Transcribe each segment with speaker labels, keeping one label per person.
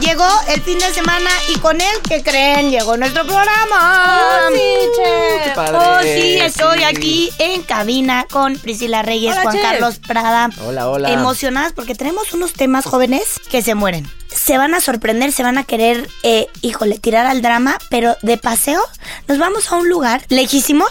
Speaker 1: Llegó el fin de semana y con él, ¿qué creen? Llegó nuestro programa. Oh, sí,
Speaker 2: qué padre.
Speaker 1: estoy
Speaker 2: Sí.
Speaker 1: aquí en cabina con Priscila Reyes,
Speaker 3: Hola,
Speaker 1: Juan
Speaker 3: chef.
Speaker 1: Carlos Prada.
Speaker 2: Hola, hola.
Speaker 1: Emocionadas porque tenemos unos temas jóvenes que se mueren. Se van a sorprender, se van a querer, eh, híjole, tirar al drama, pero de paseo nos vamos a un lugar lejísimos,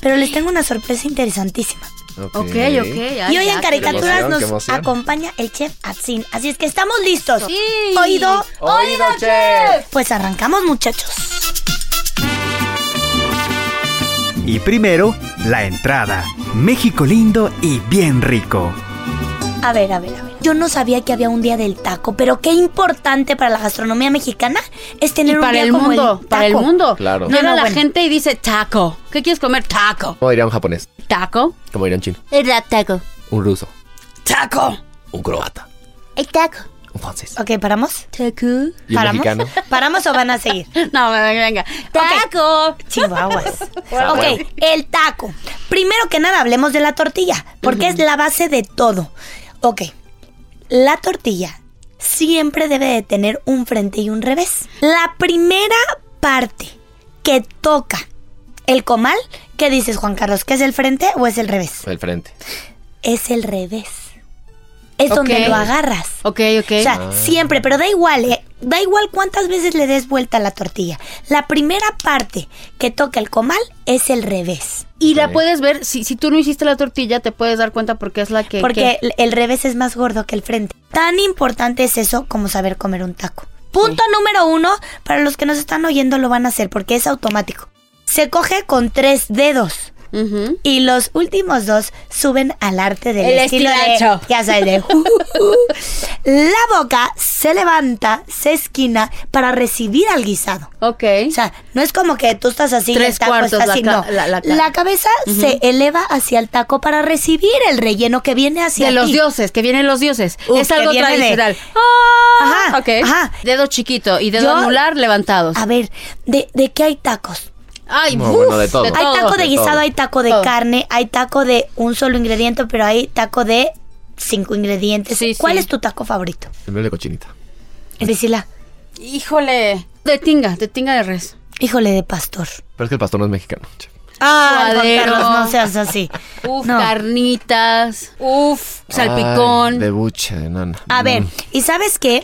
Speaker 1: pero les tengo una sorpresa interesantísima.
Speaker 3: Ok, ok. ya,
Speaker 1: y hoy
Speaker 3: ya,
Speaker 1: en
Speaker 3: quiero-
Speaker 1: Caricaturas
Speaker 4: emoción, qué
Speaker 1: nos
Speaker 4: emoción.
Speaker 1: acompaña el chef Atzin. Así es que estamos listos.
Speaker 3: Sí.
Speaker 1: Oído,
Speaker 4: Oído, chef.
Speaker 1: pues arrancamos muchachos.
Speaker 5: Y primero, la entrada. México lindo y bien rico.
Speaker 1: A ver, a ver, a ver. Yo no sabía que había un día del taco, pero qué importante para la gastronomía mexicana es
Speaker 3: Y
Speaker 1: tener un
Speaker 3: para
Speaker 1: día
Speaker 3: el
Speaker 1: como
Speaker 3: mundo,
Speaker 1: el
Speaker 3: para el
Speaker 1: taco.
Speaker 3: mundo.
Speaker 4: Claro.
Speaker 3: No,
Speaker 1: No, no,
Speaker 3: la
Speaker 1: bueno.
Speaker 3: gente y dice taco. ¿Qué quieres comer? Taco.
Speaker 4: Como diría un japonés,
Speaker 3: Taco.
Speaker 4: como diría un chino,
Speaker 1: El taco.
Speaker 4: un ruso,
Speaker 3: Taco.
Speaker 4: un croata,
Speaker 1: El taco.
Speaker 4: un francés
Speaker 1: Ok, ¿paramos? Taco.
Speaker 4: y un
Speaker 1: ¿Paramos?
Speaker 4: mexicano.
Speaker 1: ¿Paramos o van a seguir?
Speaker 3: No, venga. Taco.
Speaker 1: Chihuahuas. ok, el taco. Primero que nada, hablemos de la tortilla, porque es la base de todo. Ok, la tortilla siempre debe de tener un frente y un revés. La primera parte que toca el comal, ¿qué dices, Juan Carlos? ¿Que es el frente o es el revés?
Speaker 4: El frente.
Speaker 1: Es el revés. Es
Speaker 3: Ok.
Speaker 1: donde lo agarras.
Speaker 3: Ok, ok.
Speaker 1: O sea, siempre, pero da igual, eh, da igual cuántas veces le des vuelta a la tortilla. La primera parte que toca el comal es el revés.
Speaker 3: y la puedes ver, si, si tú no hiciste la tortilla, te puedes dar cuenta porque es la que...
Speaker 1: Porque el- el revés es más gordo que el frente. Tan importante es eso como saber comer un taco. Punto número uno, para los que nos están oyendo lo van a hacer porque es automático. Se coge con tres dedos.
Speaker 3: que- Ujú.
Speaker 1: Y los últimos dos suben al arte del
Speaker 3: El
Speaker 1: estilo de,
Speaker 3: estilacho.
Speaker 1: ya sabes, de La boca se levanta, se esquina para recibir al guisado.
Speaker 3: Ok.
Speaker 1: O sea, no es como que tú estás así, y
Speaker 3: Tres
Speaker 1: el taco
Speaker 3: cuartos
Speaker 1: está
Speaker 3: la
Speaker 1: así, no.
Speaker 3: ca- la- la ca-
Speaker 1: cabeza se eleva hacia el taco para recibir el relleno que viene hacia
Speaker 3: de los
Speaker 1: ti.
Speaker 3: dioses, que vienen los dioses.
Speaker 1: Uf,
Speaker 3: es
Speaker 1: que
Speaker 3: algo
Speaker 1: viene de-
Speaker 3: tradicional. Ah,
Speaker 1: Ajá,
Speaker 3: ok.
Speaker 1: ajá.
Speaker 3: Dedo chiquito y dedo
Speaker 1: Yo-
Speaker 3: anular levantados.
Speaker 1: A ver, ¿de, de qué hay tacos?
Speaker 3: Ay,
Speaker 4: No,
Speaker 3: uf,
Speaker 4: bueno, de todo.
Speaker 1: Hay taco de
Speaker 4: de
Speaker 1: guisado,
Speaker 4: todo.
Speaker 1: hay taco de
Speaker 3: Todo.
Speaker 1: carne, hay taco de un solo ingrediente, pero hay taco de cinco ingredientes.
Speaker 3: Sí,
Speaker 1: ¿Cuál
Speaker 3: sí.
Speaker 1: es tu taco favorito?
Speaker 4: El medio de cochinita.
Speaker 1: Priscila,
Speaker 3: Híjole. De tinga, de tinga de res.
Speaker 1: híjole de pastor.
Speaker 4: Pero es que el pastor no es mexicano. chef.
Speaker 1: Ah, Juan
Speaker 3: Suadero.
Speaker 1: Carlos, no seas así.
Speaker 3: Uf,
Speaker 1: No.
Speaker 3: carnitas. Uf,
Speaker 4: Ay,
Speaker 3: salpicón.
Speaker 4: de buche, de nana.
Speaker 1: A ver,
Speaker 4: Mm.
Speaker 1: ¿y sabes qué?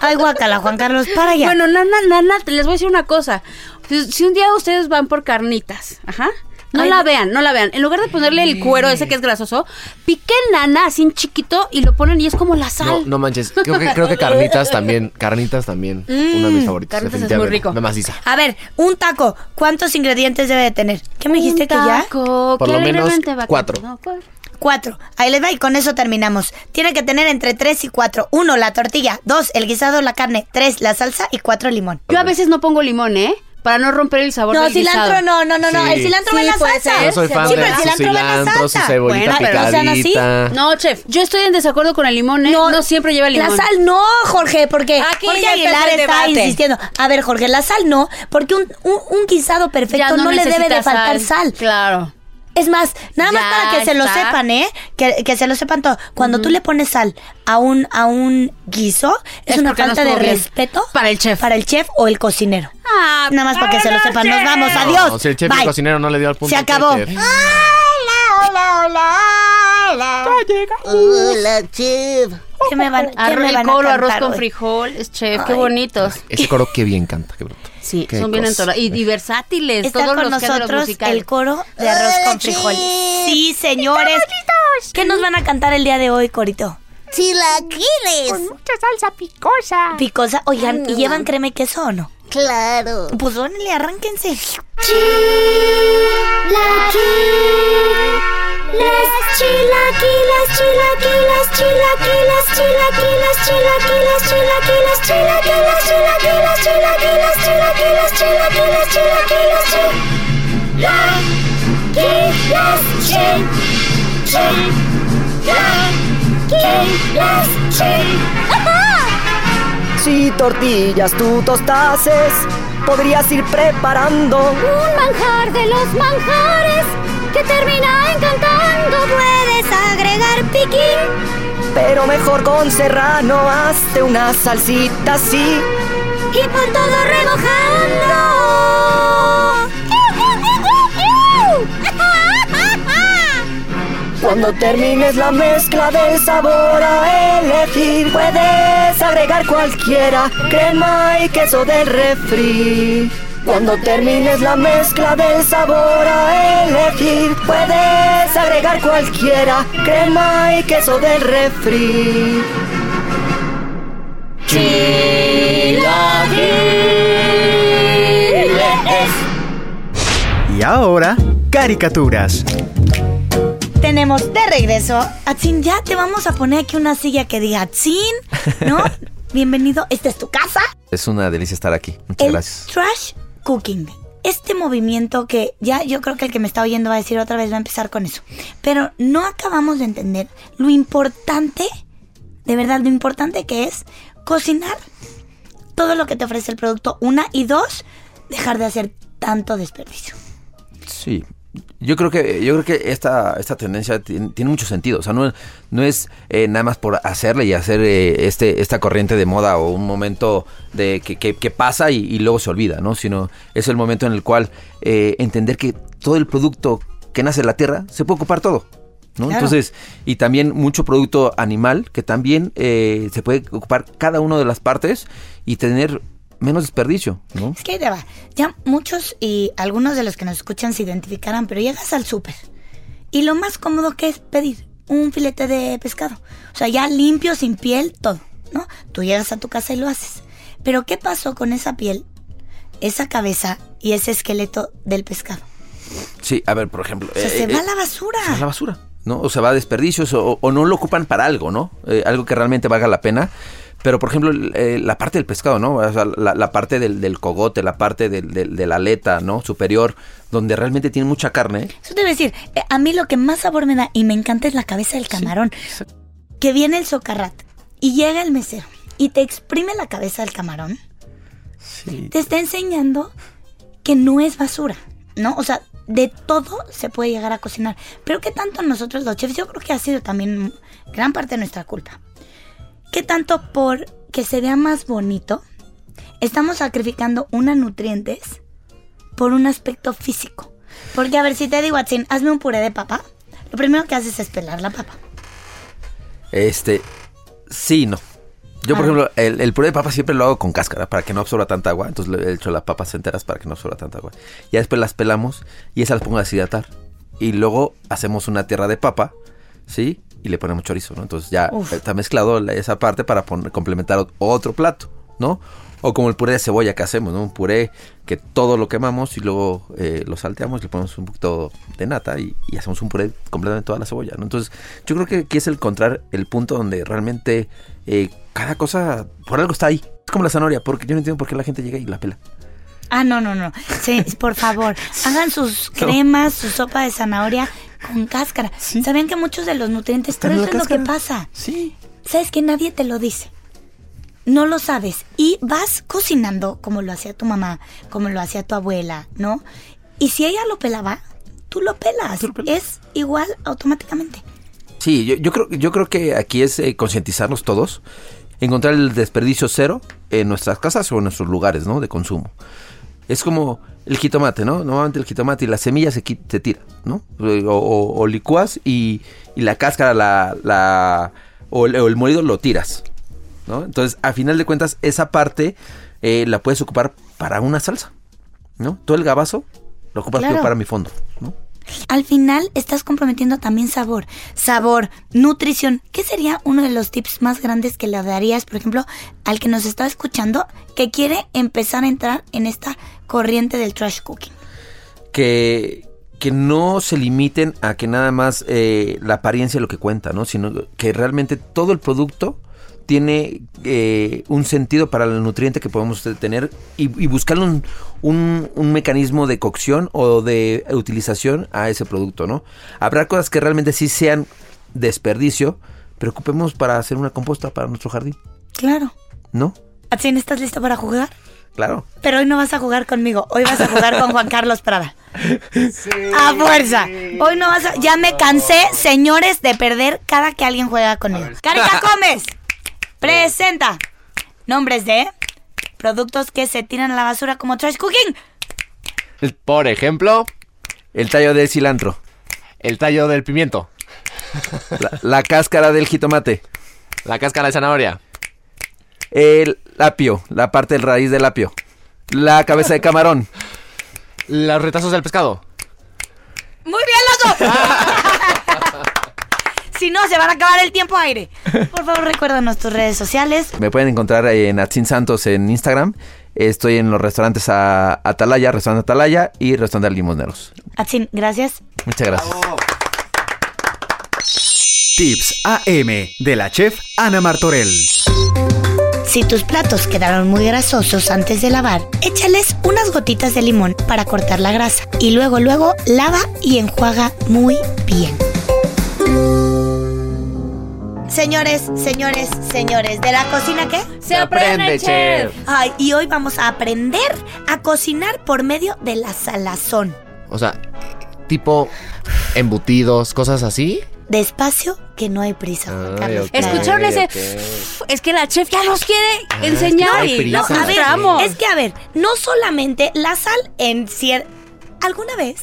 Speaker 1: Ay, guacala, Juan Carlos, para ya.
Speaker 3: Bueno, nana, nana, les voy a decir una cosa. Si, si un día ustedes van por carnitas, ajá. No
Speaker 1: Ay,
Speaker 3: la
Speaker 1: no.
Speaker 3: vean, no la vean. En lugar de ponerle el cuero ese que es grasoso, piquen nana así en chiquito y lo ponen y es como la
Speaker 4: No,
Speaker 3: sal.
Speaker 4: no manches. Creo que, creo que carnitas también. Carnitas también. Uno de mis favoritos.
Speaker 3: carnitas es muy
Speaker 4: definitivamente.
Speaker 3: rico.
Speaker 4: De maciza.
Speaker 1: A ver, un taco, ¿cuántos ingredientes debe de tener? ¿Qué me dijiste
Speaker 3: Un
Speaker 1: que ya?
Speaker 3: taco,
Speaker 4: Por
Speaker 3: qué
Speaker 4: lo menos
Speaker 3: alegremente va-
Speaker 4: cuatro.
Speaker 3: no, cuatro.
Speaker 1: Cuatro. Ahí les va y con eso terminamos. Tiene que tener entre tres y cuatro. Uno, la tortilla. Dos, el guisado, la carne. Tres, la salsa y cuatro, el limón.
Speaker 3: Yo a veces no pongo limón, ¿eh? Para no romper el sabor
Speaker 1: No,
Speaker 3: del
Speaker 1: cilantro
Speaker 3: guisado.
Speaker 1: no, no, no, no.
Speaker 4: Sí.
Speaker 1: El cilantro
Speaker 3: Sí,
Speaker 1: va en la
Speaker 3: puede
Speaker 1: salsa.
Speaker 3: ser.
Speaker 4: Yo soy fan
Speaker 1: sí,
Speaker 4: de
Speaker 1: pero el
Speaker 4: su
Speaker 1: cilantro va en la
Speaker 4: cilantro, su
Speaker 1: salsa.
Speaker 4: cebollita
Speaker 1: Bueno, pero no sean así.
Speaker 4: picadita.
Speaker 3: No, chef, yo estoy en desacuerdo con el limón, ¿eh? No, siempre lleva limón.
Speaker 1: La sal no, Jorge, porque
Speaker 3: Aquí
Speaker 1: Jorge
Speaker 3: ya
Speaker 1: Aguilar
Speaker 3: empezó el
Speaker 1: está
Speaker 3: debate.
Speaker 1: insistiendo. A ver, Jorge, la sal no, porque un, un- un guisado
Speaker 3: Ya
Speaker 1: perfecto no, le debe
Speaker 3: necesita
Speaker 1: de faltar sal.
Speaker 3: Claro.
Speaker 1: Es más, nada más
Speaker 3: Ya
Speaker 1: para que se lo
Speaker 3: está.
Speaker 1: sepan, ¿eh? Que, que se lo sepan todo. Cuando tú le pones sal a un, a un guiso, es,
Speaker 3: Es
Speaker 1: una
Speaker 3: porque no
Speaker 1: falta de
Speaker 3: estuvo bien.
Speaker 1: respeto
Speaker 3: Para el chef.
Speaker 1: para el chef o el cocinero.
Speaker 3: Ah,
Speaker 1: Nada más para que se lo sepan. Nos vamos, adiós.
Speaker 4: No, si el chef y
Speaker 1: Bye.
Speaker 4: el cocinero no le dio al punto.
Speaker 1: Se acabó.
Speaker 4: chef.
Speaker 1: ¿Qué me van, qué
Speaker 3: Arro-
Speaker 1: me
Speaker 3: el
Speaker 1: van a
Speaker 3: coro, arroz
Speaker 1: cantar
Speaker 3: con
Speaker 1: hoy?
Speaker 3: frijol, es chef, qué bonitos.
Speaker 4: Ese coro que bien canta, qué bruto.
Speaker 3: Sí,
Speaker 4: Qué
Speaker 3: son bien
Speaker 4: cosa.
Speaker 3: entonadas. Y, y versátiles,
Speaker 1: Está
Speaker 3: todos
Speaker 1: con
Speaker 3: los géneros
Speaker 1: nosotros
Speaker 3: musicales. Eh,
Speaker 1: el coro de arroz con frijol. Sí, señores. ¿Qué nos van a cantar el día de hoy, Corito?
Speaker 6: Chilaquiles.
Speaker 7: Mucha salsa picosa.
Speaker 1: Picosa, oigan, ¿y llevan crema y queso o no?
Speaker 6: Claro.
Speaker 1: Pues le arránquense.
Speaker 7: Chilaquiles, chilaquiles, chilaquiles, chilaquiles, chilaquiles, chilaquiles, chilaquiles, chilaquiles, chilaquiles, chilaquiles, chilaquiles, chilaquiles, chilaquiles, chilaquiles, chi- chilaquiles, chi-
Speaker 8: Si tortillas tú tostases, podrías ir preparando
Speaker 7: Un manjar de los manjares que termina encantando. Puedes agregar piquín.
Speaker 8: Pero mejor con serrano hazte una salsita así.
Speaker 7: Y por todo remojando.
Speaker 8: Cuando termines la mezcla del sabor a elegir, puedes agregar cualquiera, crema y queso del refri. Cuando termines la mezcla del sabor a elegir, puedes agregar cualquiera, crema y queso del refri.
Speaker 5: Y ahora, caricaturas.
Speaker 1: Tenemos de regreso. Atsin, ya te vamos a poner aquí una silla que diga Atsin, ¿no? Bienvenido, esta es tu casa.
Speaker 2: Es una delicia estar aquí. Muchas
Speaker 1: El
Speaker 2: gracias.
Speaker 1: trash cooking. Este movimiento que ya yo creo que el que me está oyendo va a decir otra vez, va a empezar con eso. Pero no acabamos de entender lo importante, de verdad, lo importante que es cocinar todo lo que te ofrece el producto. Una y dos, dejar de hacer tanto desperdicio.
Speaker 9: Sí. Yo creo que, yo creo que esta, esta tendencia tiene, tiene mucho sentido. O sea, no, no es eh, nada más por hacerle y hacer eh, este, esta corriente de moda o un momento de que, que- que pasa y, y luego se olvida, ¿no? Sino es el momento en el cual eh, entender que todo el producto que nace de la tierra se puede ocupar todo. ¿no?
Speaker 1: Claro.
Speaker 9: Entonces, y también mucho producto animal que también eh, se puede ocupar cada una de las partes y tener menos desperdicio, ¿no?
Speaker 1: Es que ahí te va. Ya muchos y algunos de los que nos escuchan se identificarán, pero llegas al súper y lo más cómodo que es pedir un filete de pescado. O sea, ya limpio, sin piel, todo, ¿no? Tú llegas a tu casa y lo haces. Pero ¿qué pasó con esa piel, esa cabeza y ese esqueleto del pescado?
Speaker 9: Sí, a ver, por ejemplo.
Speaker 1: O sea,
Speaker 9: eh,
Speaker 1: se
Speaker 9: eh,
Speaker 1: va a la basura.
Speaker 9: a la basura, ¿no? O sea, va a desperdicios o, o no lo ocupan para algo, ¿no? Eh, algo que realmente valga la pena. Pero, por ejemplo, el- eh, la parte del pescado, ¿no? O sea, la, la parte del, del cogote, la parte del, del- de la aleta, ¿no? Superior, donde realmente tiene mucha carne.
Speaker 1: Eso te iba a decir, eh, a mí lo que más sabor me da y me encanta es la cabeza del camarón. que viene el socarrat y llega el mesero y te exprime la cabeza del camarón. Te está enseñando que no es basura, ¿no? O sea, de todo se puede llegar a cocinar. Pero que tanto nosotros los chefs, yo creo que ha sido también gran parte de nuestra culpa. Que tanto por que se vea más bonito, estamos sacrificando una nutrientes por un aspecto físico. Porque a ver, si te digo, Atsin, hazme un puré de papa, lo primero que haces es pelar la papa.
Speaker 9: Este, sí y no. Yo, por
Speaker 1: Ah.
Speaker 9: ejemplo, el, el puré de papa siempre lo hago con cáscara para que no absorba tanta agua. Entonces le echo las papas enteras para que no absorba tanta agua. Ya después las pelamos y esas las pongo a deshidratar. Y luego hacemos una tierra de papa, ¿sí? Y le ponemos chorizo, ¿no? Entonces ya
Speaker 1: Uf.
Speaker 9: está mezclado la- esa parte para pon- complementar ot- otro plato, ¿no? O como el puré de cebolla que hacemos, ¿no? Un puré que todo lo quemamos y luego eh, lo salteamos, le ponemos un poquito de nata y, y hacemos un puré completamente toda la cebolla, ¿no? Entonces, yo creo que aquí es el encontrar el punto donde realmente eh, cada cosa por algo está ahí. Es como la zanahoria, porque yo no entiendo por qué la gente llega y la pela.
Speaker 1: Ah, no, no, no. Sí, por favor, hagan sus cremas, su sopa de zanahoria con cáscara. ¿Sabían que muchos de los nutrientes, pero
Speaker 9: en
Speaker 1: eso
Speaker 9: la
Speaker 1: es lo que
Speaker 9: cáscara.
Speaker 1: pasa?
Speaker 9: Sí.
Speaker 1: Sabes que nadie te lo dice. No lo sabes. Y vas cocinando como lo hacía tu mamá, como lo hacía tu abuela, ¿no? Y si ella lo pelaba, tú lo pelas. Es igual automáticamente.
Speaker 9: Sí, yo, yo creo, yo creo que aquí es eh, concientizarnos todos, encontrar el desperdicio cero en nuestras casas o en nuestros lugares, ¿no? De consumo. Es como el jitomate, ¿no? Normalmente el jitomate y las semillas se, qui- se tira, ¿no? Eh, O, o- o licuas y, y la cáscara la, la- o, el, o el molido lo tiras, ¿no? Entonces, a final de cuentas, esa parte eh, la puedes ocupar para una salsa, ¿no? Todo el gabazo lo ocupas
Speaker 1: Claro.
Speaker 9: yo para mi fondo, ¿no?
Speaker 1: Al final estás comprometiendo también sabor, sabor, nutrición. ¿Qué sería uno de los tips más grandes que le darías, por ejemplo, al que nos está escuchando que quiere empezar a entrar en esta corriente del trash cooking?
Speaker 9: que, que no se limiten a que nada más eh, la apariencia es lo que cuenta, ¿no? Sino que realmente todo el producto tiene eh, un sentido para el nutriente que podemos tener y, y buscar un, un- un mecanismo de cocción o de utilización a ese producto, ¿no? Habrá cosas que realmente sí sean desperdicio, pero ocupemos para hacer una composta para nuestro jardín,
Speaker 1: Claro.
Speaker 9: ¿no?
Speaker 1: ¿Atien, estás listo para jugar?
Speaker 9: Claro.
Speaker 1: Pero hoy no vas a jugar conmigo, hoy vas a jugar con Juan Carlos Prada. A fuerza. Hoy no vas a... Ya me cansé, señores, de perder cada que alguien juega conmigo. Carita Gómez, presenta nombres de productos que se tiran a la basura como trash cooking.
Speaker 4: Por ejemplo,
Speaker 9: el tallo del cilantro.
Speaker 4: El tallo del pimiento.
Speaker 9: La, la cáscara del jitomate.
Speaker 4: La cáscara de zanahoria.
Speaker 9: El apio, la parte del raíz del apio. La cabeza de camarón.
Speaker 4: Los retazos del pescado.
Speaker 1: Muy bien, loco. si no, se van a acabar el tiempo aire. Por favor, recuérdanos tus redes sociales.
Speaker 9: Me pueden encontrar en Atsin Santos en Instagram. Estoy en los restaurantes a- Atalaya, Restaurante Atalaya y Restaurante Limoneros.
Speaker 1: Atsin, gracias.
Speaker 9: Muchas gracias.
Speaker 5: Tips AM de la chef Ana Martorell.
Speaker 1: Si tus platos quedaron muy grasosos antes de lavar, échales unas gotitas de limón para cortar la grasa y luego luego lava y enjuaga muy bien. Señores, señores, señores, ¿de la cocina qué?
Speaker 3: Se aprende, chef.
Speaker 1: Ay, y hoy vamos a aprender a cocinar por medio de la salazón.
Speaker 4: O sea, tipo embutidos, cosas así.
Speaker 1: Despacio, que no hay prisa. Juan Carlos.
Speaker 3: Escucharon ese. Es que la chef ya nos quiere enseñar.
Speaker 1: es que-
Speaker 3: y
Speaker 1: no,
Speaker 3: nos
Speaker 1: a ver,
Speaker 3: mostramos.
Speaker 1: es que a ver, no solamente la sal en cierta alguna vez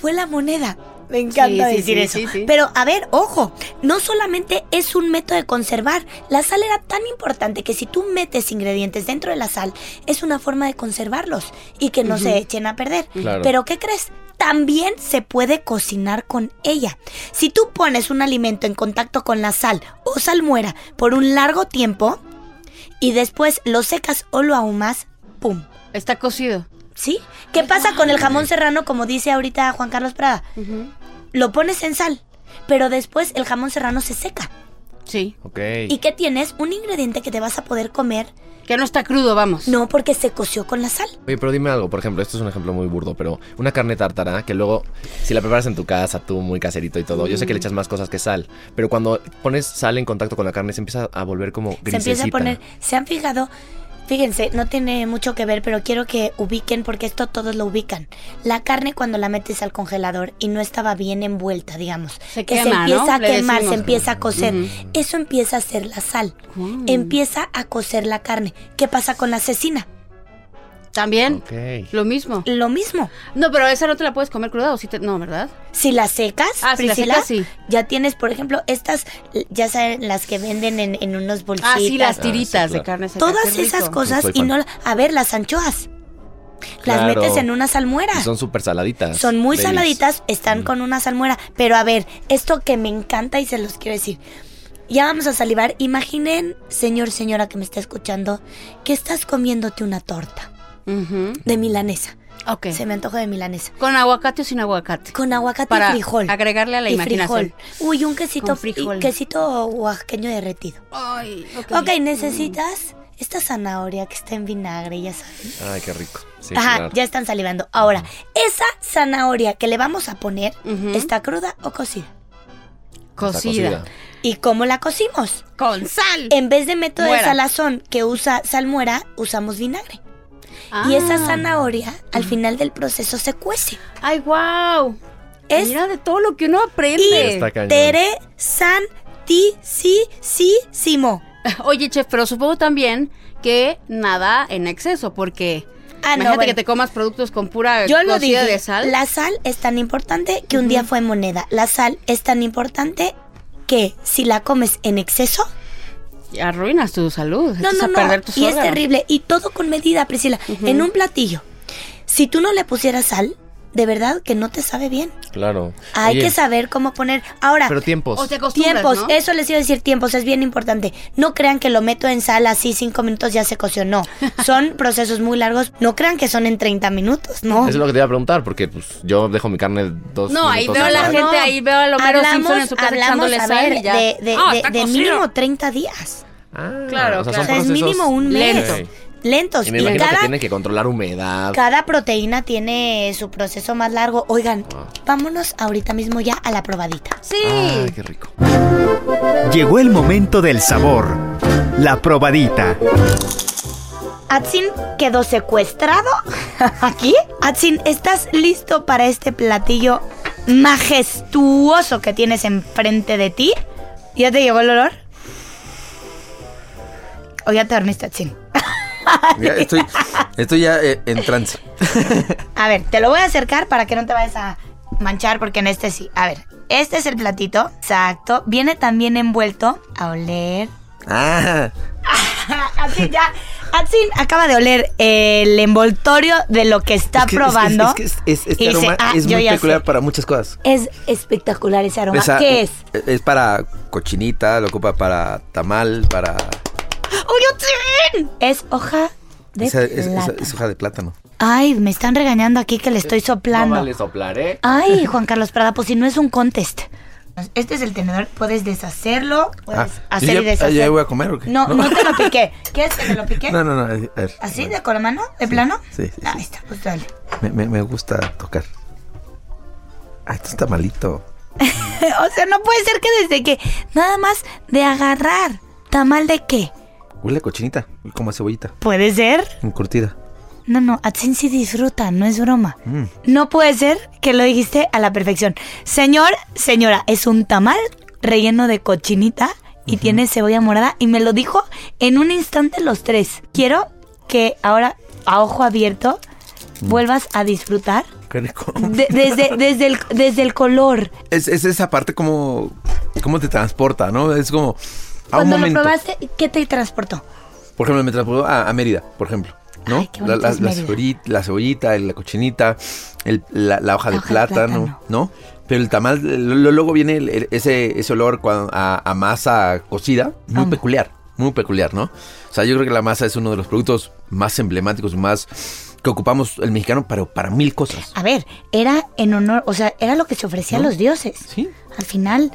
Speaker 1: fue la moneda. Me encanta
Speaker 8: Sí, sí,
Speaker 1: decir
Speaker 8: sí,
Speaker 1: eso.
Speaker 8: sí, sí.
Speaker 1: Pero a ver, ojo, no solamente es un método de conservar. La sal era tan importante que si tú metes ingredientes dentro de la sal, es una forma de conservarlos y que no se
Speaker 8: Ujú.
Speaker 1: echen a perder.
Speaker 8: Claro.
Speaker 1: Pero ¿qué crees? También se puede cocinar con ella. Si tú pones un alimento en contacto con la sal o salmuera por un largo tiempo, y después lo secas o lo ahumas, ¡pum!
Speaker 3: Está cocido.
Speaker 1: ¿Sí? ¿Qué pasa con el jamón serrano, como dice ahorita Juan Carlos Prada? Lo pones en sal, pero después el jamón serrano se seca.
Speaker 3: Sí.
Speaker 4: Ok.
Speaker 1: ¿Y qué tienes? Un ingrediente que te vas a poder comer.
Speaker 3: Que no está crudo, vamos.
Speaker 1: No, porque se coció con la sal.
Speaker 4: Oye, pero dime algo, por ejemplo, esto es un ejemplo muy burdo, pero una carne tártara que luego, si la preparas en tu casa, tú muy caserito y todo, yo sé que le echas más cosas que sal, pero cuando pones sal en contacto con la carne se empieza a volver como
Speaker 1: Se
Speaker 4: grisecita.
Speaker 1: empieza a poner. ¿Se han fijado? Fíjense, no tiene mucho que ver, pero quiero que ubiquen porque esto todos lo ubican. La carne cuando la metes al congelador y no estaba bien envuelta, digamos,
Speaker 3: Se
Speaker 1: que
Speaker 3: quema,
Speaker 1: se
Speaker 3: ¿no?
Speaker 1: empieza a
Speaker 3: Le
Speaker 1: quemar,
Speaker 3: decimos.
Speaker 1: se empieza a cocer,
Speaker 3: Ujú.
Speaker 1: eso empieza a ser la sal,
Speaker 3: Mm.
Speaker 1: empieza a cocer la carne. ¿Qué pasa con la cecina?
Speaker 3: También.
Speaker 4: Ok.
Speaker 3: Lo mismo.
Speaker 1: Lo mismo.
Speaker 3: No, pero esa no te la puedes comer cruda o si te. No, ¿verdad?
Speaker 1: Si la secas,
Speaker 3: Ah, si la
Speaker 1: Priscila,
Speaker 3: secas, sí.
Speaker 1: ya tienes, por ejemplo, estas, ya saben, las que venden en, en unos bolsitas.
Speaker 3: Ah, sí, las tiritas Ah, sí, claro. de carne seca, qué
Speaker 1: Todas
Speaker 3: rico.
Speaker 1: esas cosas
Speaker 4: Soy
Speaker 1: y
Speaker 4: fan.
Speaker 1: no... A ver, las anchoas.
Speaker 4: Claro.
Speaker 1: Las metes en una salmuera.
Speaker 4: Y
Speaker 1: Son,
Speaker 4: son Mm. súper saladitas.
Speaker 1: muy
Speaker 4: babies.
Speaker 1: saladitas, están con una salmuera. Pero a ver, esto que me encanta y se los quiero decir. Ya vamos a salivar. Imaginen, señor, señora que me está escuchando, que estás comiéndote una torta de milanesa.
Speaker 3: Ok.
Speaker 1: Se me antoja de milanesa.
Speaker 3: ¿Con aguacate o sin aguacate?
Speaker 1: Con aguacate
Speaker 3: Para
Speaker 1: y frijol.
Speaker 3: agregarle a la
Speaker 1: Y
Speaker 3: imaginación.
Speaker 1: frijol. Uy, un quesito,
Speaker 3: Con frijol.
Speaker 1: y quesito oaxaqueño derretido.
Speaker 3: Ay,
Speaker 1: ok, necesitas esta zanahoria que está en vinagre, ya sabes.
Speaker 4: Ay, qué rico. Sí,
Speaker 1: Ajá,
Speaker 4: claro.
Speaker 1: ya están salivando. Ahora, esa zanahoria que le vamos a poner, ¿está cruda o cocida?
Speaker 3: Cocida.
Speaker 1: ¿Y cómo la cocimos?
Speaker 3: Con sal.
Speaker 1: En vez de método de
Speaker 3: Mm. Muera.
Speaker 1: salazón que usa salmuera, usamos vinagre.
Speaker 3: Ah.
Speaker 1: Y esa zanahoria, al final del proceso, se cuece.
Speaker 3: ¡Ay, wow!
Speaker 1: Es
Speaker 3: Mira de todo lo que uno aprende.
Speaker 4: Está cañón.
Speaker 1: interesantísimo.
Speaker 3: Oye, chef, pero supongo también que nada en exceso, porque
Speaker 1: Ah, no,
Speaker 3: imagínate
Speaker 1: bueno.
Speaker 3: que te comas productos con pura
Speaker 1: Yo lo
Speaker 3: cocida
Speaker 1: dije,
Speaker 3: de sal.
Speaker 1: la sal es tan importante que un día fue moneda. La sal es tan importante que si la comes en exceso,
Speaker 3: Arruinas tu salud.
Speaker 1: No,
Speaker 3: echas
Speaker 1: no,
Speaker 3: a
Speaker 1: no.
Speaker 3: perder tus
Speaker 1: y es
Speaker 3: órganos.
Speaker 1: terrible. Y todo con medida, Priscila.
Speaker 3: Ujú.
Speaker 1: En un platillo, si tú no le pusieras sal, de verdad que no te sabe bien.
Speaker 4: Claro.
Speaker 1: Hay
Speaker 4: Oye,
Speaker 1: que saber cómo poner. Ahora.
Speaker 4: Pero tiempos. O te
Speaker 3: acostumbras,
Speaker 1: Tiempos.
Speaker 3: ¿no?
Speaker 1: Eso les iba a decir tiempos. Es bien importante. No crean que lo meto en sal así cinco minutos ya se coció. No. Son procesos muy largos. No crean que son en 30 minutos. No.
Speaker 4: Es lo que te iba a preguntar, porque pues, yo dejo mi carne dos
Speaker 3: No, ahí
Speaker 4: minutos
Speaker 3: veo la
Speaker 4: atrás.
Speaker 3: gente ahí, veo a Homero
Speaker 1: Hablamos-
Speaker 3: Simpson en su casa
Speaker 1: hablamos,
Speaker 3: echándole
Speaker 1: a
Speaker 3: sal
Speaker 1: ver,
Speaker 3: y ya.
Speaker 1: De, de-
Speaker 3: Ah,
Speaker 1: de-
Speaker 3: está
Speaker 1: de
Speaker 3: cocido.
Speaker 1: mínimo 30 días.
Speaker 3: Claro,
Speaker 4: Ah, O sea,
Speaker 3: claro.
Speaker 4: son
Speaker 1: O sea, es
Speaker 4: procesos
Speaker 1: mínimo un mes.
Speaker 4: lentos.
Speaker 1: Lentos.
Speaker 4: Y me
Speaker 1: Y
Speaker 4: imagino que
Speaker 1: cada,
Speaker 4: tienen que controlar humedad.
Speaker 1: cada proteína tiene su proceso más largo. Oigan,
Speaker 4: Ah.
Speaker 1: vámonos ahorita mismo ya a la probadita.
Speaker 3: Sí.
Speaker 5: Ay,
Speaker 4: qué rico.
Speaker 5: Llegó el momento del sabor. La probadita.
Speaker 1: Atsin quedó secuestrado aquí. Atsin, ¿estás listo para este platillo majestuoso que tienes enfrente de ti? ¿Ya te llegó el olor? ¿O ya te dormiste, Atsin?
Speaker 9: Ya estoy, estoy ya eh, en trance.
Speaker 1: A ver, te lo voy a acercar para que no te vayas a manchar, porque en este sí. A ver, este es el platito. Exacto. Viene también envuelto a oler.
Speaker 9: Ah,
Speaker 1: Atsin, ya. Atsin acaba de oler el envoltorio de lo que está
Speaker 9: que-
Speaker 1: probando.
Speaker 9: Es que, es que es- es- este
Speaker 1: Y dice,
Speaker 9: aroma
Speaker 1: "Ah,
Speaker 9: es
Speaker 1: yo
Speaker 9: muy
Speaker 1: ya
Speaker 9: peculiar
Speaker 1: sé".
Speaker 9: para muchas cosas.
Speaker 1: Es espectacular ese aroma.
Speaker 9: Esa- e,
Speaker 1: ¿Qué es?
Speaker 9: Es para cochinita, lo ocupa para tamal, para...
Speaker 1: ¡Uy, Atsin! Es hoja de
Speaker 9: esa- es, esa-
Speaker 1: plátano.
Speaker 9: es hoja de plátano.
Speaker 1: Ay, me están regañando aquí que le estoy soplando.
Speaker 4: No vale soplar, ¿eh?
Speaker 1: Ay, Juan Carlos Prada, pues si no es un contest. Este es el tenedor, puedes deshacerlo, puedes
Speaker 9: Ah,
Speaker 1: hacer
Speaker 9: ¿y ya-
Speaker 1: y deshacer.
Speaker 9: ah, ya voy a comer o qué?
Speaker 1: No, no,
Speaker 9: No.
Speaker 1: te lo piqué. ¿Quieres que te lo pique?
Speaker 9: No, no, no. a ver, a ver.
Speaker 1: ¿Así, de con la mano? ¿De plano?
Speaker 9: Sí, sí,
Speaker 1: Ahí está, pues dale.
Speaker 9: Me, me- me gusta tocar. Ah, esto está malito.
Speaker 1: o sea, no puede ser que desde que, nada más de agarrar, ¿tamal de qué?
Speaker 9: Huele a cochinita, huele como a cebollita,
Speaker 1: ¿Puede ser?
Speaker 9: encurtida.
Speaker 1: No, no, Atsin sí disfruta, no es broma.
Speaker 9: Mm.
Speaker 1: No puede ser que lo dijiste a la perfección. Señor, señora, es un tamal relleno de cochinita y tiene cebolla morada y me lo dijo en un instante los tres. Quiero que ahora, a ojo abierto,
Speaker 9: Mm.
Speaker 1: vuelvas a disfrutar
Speaker 9: Qué rico.
Speaker 1: de- desde, desde, el, desde el color.
Speaker 9: Es, es esa parte como, como te transporta, ¿no? Es como a un
Speaker 1: Cuando lo
Speaker 9: momento.
Speaker 1: probaste, ¿qué te transportó?
Speaker 9: Por ejemplo, me transportó a, a Mérida, por ejemplo. ¿No?
Speaker 1: Ay, qué bonito
Speaker 9: la, la-
Speaker 1: es
Speaker 9: la
Speaker 1: Mérida.
Speaker 9: cebollita, la cebollita, la cochinita, el- la, la hoja de
Speaker 1: hoja de
Speaker 9: plátano,
Speaker 1: plátano.
Speaker 9: ¿no? Pero el tamal, lo- lo- luego viene el- el- ese, ese olor cuan- a, a masa cocida, muy peculiar, muy peculiar, ¿no? O sea, yo creo que la masa es uno de los productos más emblemáticos, más que ocupamos el mexicano para, para mil cosas.
Speaker 1: A ver, era en honor, o sea, era lo que se ofrecía a los dioses.
Speaker 9: Sí.
Speaker 1: Al final,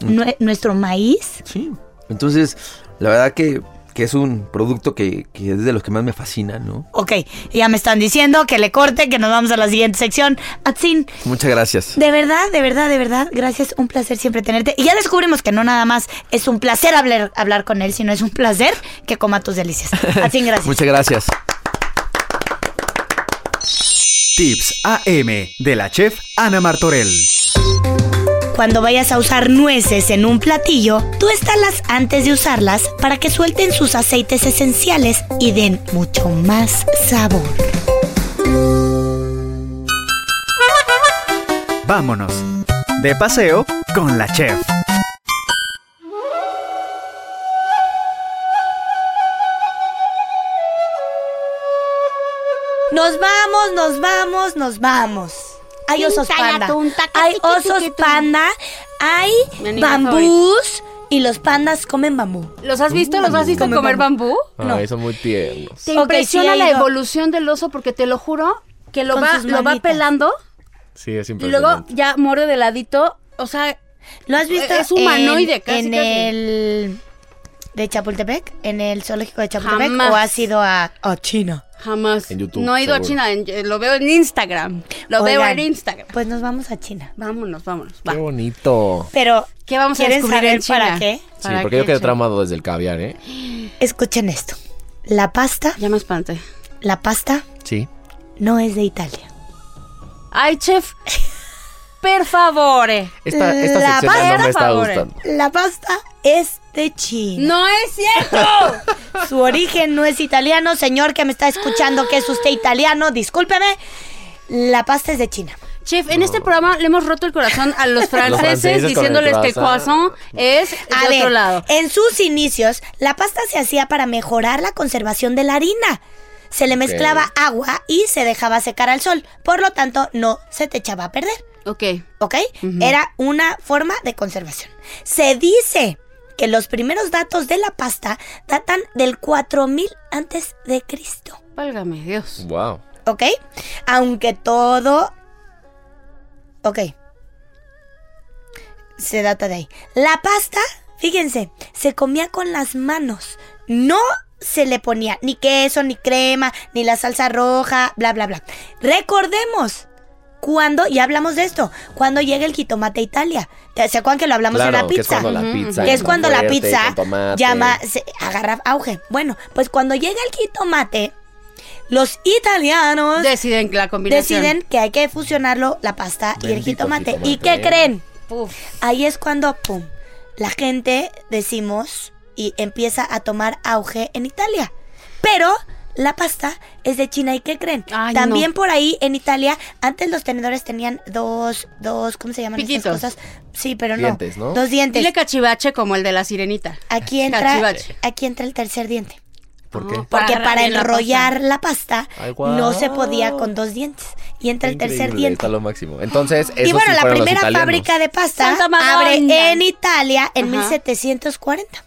Speaker 1: nue- nuestro maíz.
Speaker 9: Sí. Entonces, la verdad que, que es un producto que, que es de los que más me fascina, ¿no?
Speaker 1: Ok, ya me están diciendo que le corte, que nos vamos a la siguiente sección. Atsin,
Speaker 9: Muchas gracias.
Speaker 1: de verdad, de verdad, de verdad, gracias, un placer siempre tenerte. Y ya descubrimos que no nada más es un placer hablar, hablar con él, sino es un placer que coma tus delicias. Atsin, gracias.
Speaker 9: Muchas gracias.
Speaker 5: Tips AM de la chef Ana Martorell.
Speaker 1: Cuando vayas a usar nueces en un platillo, tú estálas antes de usarlas para que suelten sus aceites esenciales y den mucho más sabor.
Speaker 5: Vámonos. De paseo con la chef.
Speaker 1: Nos vamos, nos vamos, nos vamos. Hay osos
Speaker 7: Tintala,
Speaker 1: panda.
Speaker 7: tunta,
Speaker 1: Hay
Speaker 7: catiqui,
Speaker 1: osos
Speaker 7: tiqui, tum.
Speaker 1: panda. Hay
Speaker 3: Mi animal
Speaker 1: bambús. Y los pandas comen bambú.
Speaker 3: ¿Los has visto? ¿Los has visto
Speaker 1: Comer
Speaker 3: comer bambú?
Speaker 1: Ah,
Speaker 4: Ay, son muy tiernos.
Speaker 3: Te
Speaker 1: Ok,
Speaker 3: impresiona
Speaker 1: sí, he
Speaker 3: la
Speaker 1: ido.
Speaker 3: evolución del oso porque te lo juro que lo
Speaker 1: Con
Speaker 3: va,
Speaker 1: sus
Speaker 3: lo va
Speaker 1: manitas.
Speaker 3: pelando
Speaker 4: Sí, es
Speaker 3: y luego
Speaker 4: impresionante.
Speaker 3: ya muere de ladito. O sea,
Speaker 1: ¿Lo has visto?
Speaker 3: Es humanoide,
Speaker 1: en,
Speaker 3: casi,
Speaker 1: en
Speaker 3: casi.
Speaker 1: el de Chapultepec, en el zoológico de Chapultepec,
Speaker 3: Jamás.
Speaker 1: o has ido a, a China.
Speaker 3: jamás.
Speaker 4: En YouTube,
Speaker 3: no he ido a
Speaker 4: seguro.
Speaker 3: China, en- eh, lo veo en Instagram. Lo veo
Speaker 1: Oigan,
Speaker 3: en Instagram.
Speaker 1: Pues nos vamos a China.
Speaker 3: Vámonos, vámonos. va.
Speaker 4: Qué bonito.
Speaker 1: Pero
Speaker 3: ¿Qué vamos a
Speaker 1: ¿Quieren
Speaker 3: descubrir en
Speaker 1: saber para
Speaker 3: China?
Speaker 1: qué?
Speaker 4: Sí,
Speaker 3: ¿Para
Speaker 4: porque yo
Speaker 3: qué,
Speaker 4: quedé
Speaker 3: China?
Speaker 4: tramado desde el caviar, ¿eh?
Speaker 1: escuchen esto. La pasta,
Speaker 3: Ya me espanté.
Speaker 1: la pasta
Speaker 4: Sí.
Speaker 1: no es de Italia.
Speaker 3: Ay, chef. Per favore.
Speaker 4: Esta, esta
Speaker 1: La
Speaker 4: sección ya no
Speaker 3: pasta,
Speaker 4: me está
Speaker 3: favor.
Speaker 4: gustando.
Speaker 1: La pasta es de China.
Speaker 3: No es cierto.
Speaker 1: Su origen no es italiano, señor que me está escuchando, que es usted italiano, discúlpeme. La pasta es de China.
Speaker 3: Chef, en este programa le hemos roto el corazón a los franceses,
Speaker 1: franceses con el
Speaker 3: diciéndoles que el
Speaker 1: croissant.
Speaker 3: croissant es
Speaker 1: A
Speaker 3: de
Speaker 1: ver,
Speaker 3: otro lado.
Speaker 1: en sus inicios, la pasta se hacía para mejorar la conservación de la harina. Se le
Speaker 3: Ok.
Speaker 1: mezclaba agua y se dejaba secar al sol. Por lo tanto, no se te echaba a perder.
Speaker 3: Ok.
Speaker 1: ¿Ok? Era una forma de conservación. Se dice que los primeros datos de la pasta datan del 4000 antes de Cristo.
Speaker 3: Válgame Dios.
Speaker 4: Wow.
Speaker 1: ¿Ok? Aunque todo... Ok. Se data de ahí. La pasta, fíjense, se comía con las manos. No se le ponía ni queso, ni crema, ni la salsa roja, bla, bla, bla. Recordemos. Cuando, ya hablamos de esto, cuando llega el jitomate a Italia. ¿Te- ¿Se acuerdan que lo hablamos en
Speaker 4: Claro,
Speaker 1: la
Speaker 4: que
Speaker 1: pizza?
Speaker 4: es cuando la
Speaker 1: Ujú,
Speaker 4: pizza
Speaker 1: ujú.
Speaker 4: es
Speaker 1: Que es
Speaker 4: con
Speaker 1: cuando la
Speaker 4: fuerte,
Speaker 1: pizza
Speaker 4: con tomate.
Speaker 1: llama, se agarra auge. Bueno, pues cuando llega el jitomate, los italianos
Speaker 3: deciden la combinación.
Speaker 1: Deciden que hay que fusionarlo la pasta y el
Speaker 3: Bendito
Speaker 1: jitomate. ¿Y
Speaker 3: jitomate.
Speaker 1: qué creen?
Speaker 3: Puf.
Speaker 1: Ahí es cuando pum, la gente decimos y empieza a tomar auge en Italia. Pero la pasta es de China y qué creen? También
Speaker 3: no.
Speaker 1: por ahí en Italia antes los tenedores tenían dos dos ¿cómo se llaman
Speaker 3: Piquitos.
Speaker 1: estas cosas? Sí, pero
Speaker 4: Dientes, ¿no?
Speaker 1: Dos dientes.
Speaker 3: Dile cachivache como el de la sirenita.
Speaker 1: Aquí entra
Speaker 3: Cachivache.
Speaker 1: aquí entra el tercer diente.
Speaker 4: ¿Por qué?
Speaker 1: Porque
Speaker 3: Para
Speaker 1: para,
Speaker 3: bien la
Speaker 1: enrollar la pasta,
Speaker 4: Ay, guau.
Speaker 1: no se podía con dos dientes. Y entra el tercer
Speaker 4: Increíble,
Speaker 1: diente.
Speaker 4: Está lo máximo. Entonces,
Speaker 1: Y
Speaker 4: esos
Speaker 1: bueno,
Speaker 4: sí
Speaker 1: la
Speaker 4: fueron los
Speaker 1: primera
Speaker 4: italianos.
Speaker 1: fábrica de pasta
Speaker 3: Santa Madonna.
Speaker 1: abre en Italia en
Speaker 3: Ajá.
Speaker 1: 1740.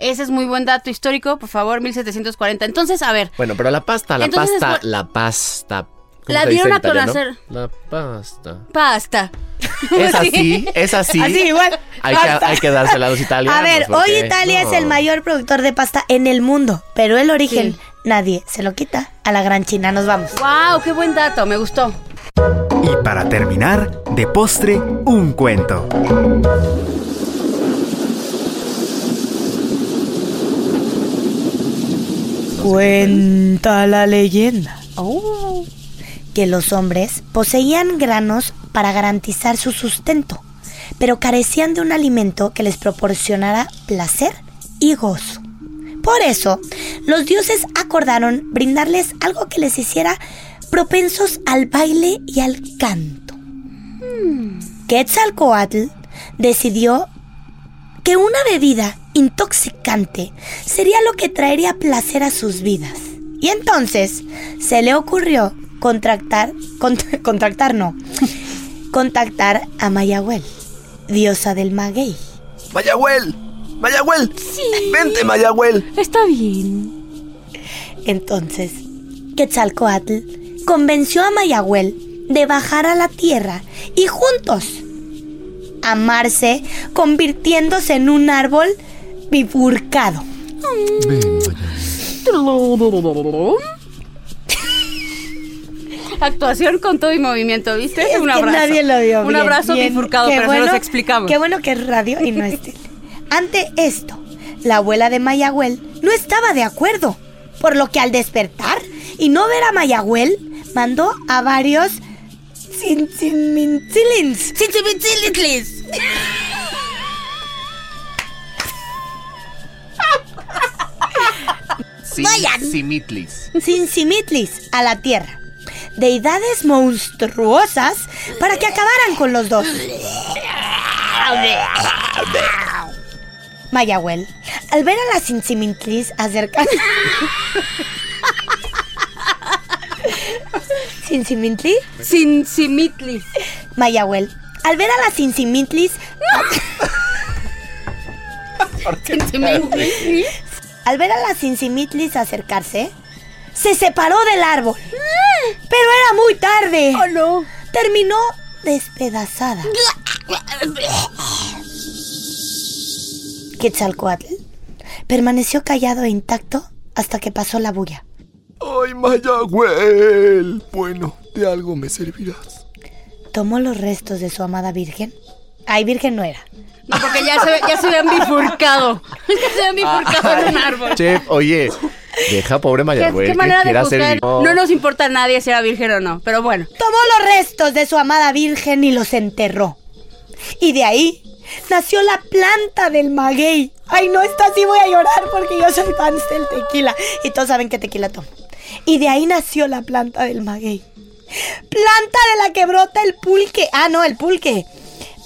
Speaker 3: Ese es muy buen dato histórico, por favor, 1740. Entonces, a ver,
Speaker 4: Bueno, pero la pasta, la
Speaker 3: Entonces,
Speaker 4: pasta,
Speaker 3: bueno,
Speaker 4: la pasta. ¿Cómo
Speaker 3: la
Speaker 4: se dice
Speaker 3: dieron
Speaker 4: en
Speaker 3: a
Speaker 4: italiano?
Speaker 3: conocer.
Speaker 4: La pasta.
Speaker 3: pasta.
Speaker 4: Es así, es así.
Speaker 1: Así igual.
Speaker 4: Hay que,
Speaker 1: Pasta.
Speaker 4: hay que dársela a los italianos.
Speaker 1: A ver, hoy
Speaker 4: porque-
Speaker 1: Italia
Speaker 4: no.
Speaker 1: es el mayor productor de pasta en el mundo, pero el origen
Speaker 3: Sí.
Speaker 1: nadie se lo quita. A la gran China nos vamos.
Speaker 3: Wow, qué buen dato, me gustó.
Speaker 5: Y para terminar, de postre, un cuento.
Speaker 1: Cuenta la leyenda que los hombres poseían granos para garantizar su sustento, pero carecían de un alimento que les proporcionara placer y gozo. Por eso, los dioses acordaron brindarles algo que les hiciera propensos al baile y al canto. Quetzalcoatl decidió que una bebida intoxicante sería lo que traería placer a sus vidas. Y entonces se le ocurrió contractar, cont- contractar no, contactar a Mayahuel, diosa del maguey.
Speaker 9: Mayagüel, Mayagüel, vente Mayagüel.
Speaker 3: Está bien.
Speaker 1: Entonces, Quetzalcoatl convenció a Mayahuel de bajar a la tierra y juntos amarse, convirtiéndose en un árbol bifurcado.
Speaker 3: Actuación con todo y movimiento, ¿viste?
Speaker 1: Es
Speaker 3: un
Speaker 1: que
Speaker 3: abrazo.
Speaker 1: nadie lo vio.
Speaker 3: Un
Speaker 1: bien,
Speaker 3: abrazo
Speaker 1: bien.
Speaker 3: bifurcado,
Speaker 1: Qué
Speaker 3: pero se los explicamos.
Speaker 1: Qué bueno que es radio y no es tele. Ante esto, la abuela de Mayagüel no estaba de acuerdo, por lo que al despertar y no ver a Mayagüel, mandó a varios sin sin mintzilins.
Speaker 4: Sí,
Speaker 1: Vayan.
Speaker 4: Simitlis.
Speaker 1: Simitlis a la tierra. Deidades monstruosas para que acabaran con los dos. Mayahuel, al ver a la Sinsimilis acercarse. ¿Sinsimintli?
Speaker 3: Sinsimitlif.
Speaker 1: Mayahuel, al ver a la Sinsimintlis. Al ver a la Sinsimilis acercarse, se separó del árbol. Pero era muy tarde. Oh, no. Terminó despedazada. Quetzalcoatl permaneció callado e intacto hasta que pasó la bulla.
Speaker 10: Ay, Mayagüel. Bueno, de algo me servirás.
Speaker 1: Tomó los restos de su amada virgen. Ay, virgen no era.
Speaker 3: No, porque ya se, ya se habían bifurcado. Ya se habían bifurcado
Speaker 1: Ah,
Speaker 3: en un árbol.
Speaker 4: Chef, oye, deja pobre
Speaker 3: ¿Qué,
Speaker 4: Mayagüel.
Speaker 3: qué
Speaker 4: que
Speaker 3: manera de
Speaker 4: quiera hacer
Speaker 3: juzgar?
Speaker 4: el-
Speaker 3: No nos importa a nadie si era virgen o no, pero bueno.
Speaker 1: Tomó los restos de su amada virgen y los enterró. Y de ahí nació la planta del maguey. Ay, no, esta sí voy a llorar porque yo soy fan del tequila. Y todos saben que tequila tomo. Y de ahí nació la planta del maguey. Planta de la que brota el pulque. Ah, no, el pulque.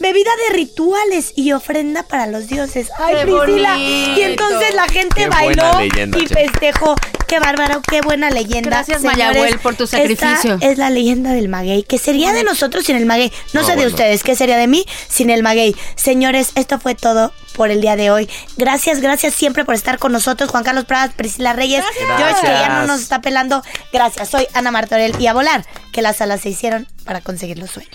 Speaker 1: Bebida de rituales y ofrenda para los dioses. Ay,
Speaker 11: ¡Qué
Speaker 1: Priscila.
Speaker 11: bonito!
Speaker 1: Y entonces la gente
Speaker 11: Qué buena
Speaker 1: bailó
Speaker 11: leyenda,
Speaker 1: y
Speaker 11: Chema.
Speaker 1: festejó. Qué bárbaro, qué buena leyenda.
Speaker 3: Gracias,
Speaker 1: señores.
Speaker 3: Mayabuel, por tu
Speaker 1: Esta
Speaker 3: sacrificio.
Speaker 1: es la leyenda del maguey. ¿Qué sería de nosotros sin el maguey? No,
Speaker 11: Ah,
Speaker 3: No,
Speaker 1: sé de
Speaker 3: bueno.
Speaker 1: ustedes, ¿qué sería de mí sin el maguey? Señores, esto fue todo por el día de hoy. Gracias, gracias siempre por estar con nosotros. Juan Carlos Pradas, Priscila Reyes, George, que ya no
Speaker 11: Gracias.
Speaker 1: nos está pelando. Gracias, soy Ana Martorell y a volar, que las alas se hicieron para conseguir los sueños.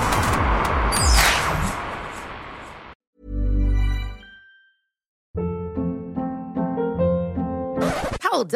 Speaker 9: Hold